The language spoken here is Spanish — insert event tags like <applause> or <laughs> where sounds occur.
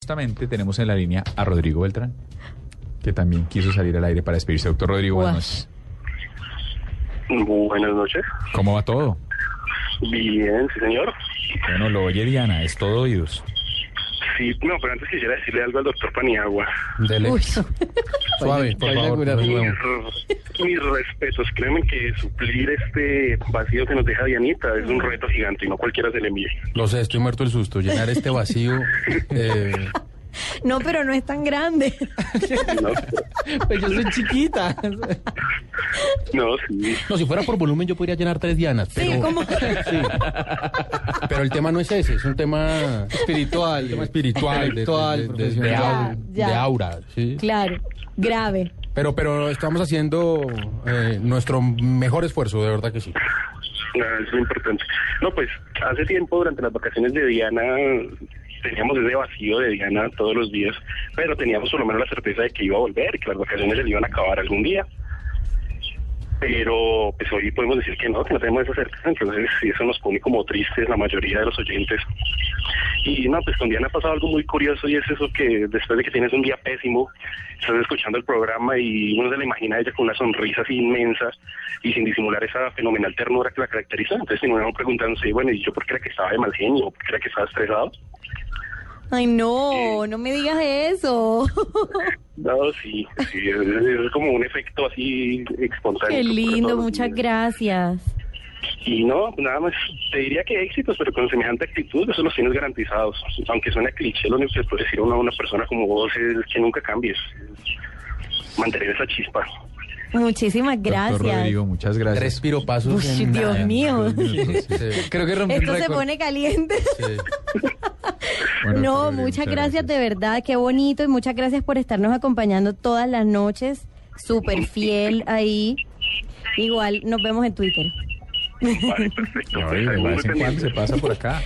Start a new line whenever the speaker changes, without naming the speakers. justamente tenemos en la línea a Rodrigo Beltrán, que también quiso salir al aire para despedirse. Doctor Rodrigo, buenas noches.
Buenas noches.
¿Cómo va todo?
Bien, sí, señor.
Bueno, lo oye Diana, es todo oídos.
Sí, no, pero antes quisiera decirle algo al doctor Paniagua. <laughs>
Dele.
Uy,
Suave, por
Baila-
favor.
baila curar.
Rodrigo.
Mis, r- mis respetos, créanme que suplir este vacío que nos deja Dianita es un reto gigante y no cualquiera se le envíe.
Lo sé, estoy muerto el susto. Llenar este vacío. eh,
no, pero no es
<laughs>
tan grande.
No,
pues yo soy chiquita.
no sí.
No, si fuera por volumen yo podría llenar tres dianas. Pero,
Sí, como
Sí. Pero el tema no es ese, es un tema espiritual, espiritual, de- de-
intelectual,
de, de-
profesional.
de aura,
Ya, ya.
de aura, sí.
claro, grave.
Pero, pero estamos haciendo eh, nuestro mejor esfuerzo, de verdad que sí.
Ah, es lo importante. No, pues hace tiempo, durante las vacaciones de Diana, teníamos ese vacío de Diana todos los días, pero teníamos por lo menos la certeza de que iba a volver, que las vacaciones se le iban a acabar algún día. Pero pues hoy podemos decir que no, que no tenemos esa certeza, entonces sí, eso nos pone como tristes la mayoría de los oyentes. Y no, pues con Diana ha pasado algo muy curioso y es eso que después de que tienes un día pésimo, estás escuchando el programa y uno se la imagina a ella con una sonrisa así inmensa y sin disimular esa fenomenal ternura que la caracteriza. Entonces, si uno preguntándose, bueno, ¿y yo por qué era que estaba de mal genio? ¿Por qué era que estaba estresado?
Ay, no, no me digas eso.
No, sí, sí, es, es como un efecto así espontáneo.
Qué
que ocurre
lindo,
todos los
muchas
días.
gracias.
Y no, nada más, te diría que éxitos, pero con semejante actitud, eso los tienes garantizados. Aunque suene cliché, lo único que se puede decir a una, a una persona como vos es que nunca cambies. Mantener esa chispa.
Muchísimas
Doctor
gracias.
Rodrigo, muchas
Tres
gracias.
piropasos.
Uy,
en
Dios
nada,
mío.
en dos minutos, sí.
Creo que rompí
Esto
un
se
récord.
pone caliente.
Sí.
Bueno, doctor
No,
Rodrigo,
muchas gracias de verdad, qué bonito y muchas gracias por estarnos acompañando todas las noches, súper fiel ahí. Igual nos vemos en Twitter.
Vale, Pues, perfecto.
No,
Pues,
digo, de
muy
vez en cuando
pendiente.
se pasa por acá.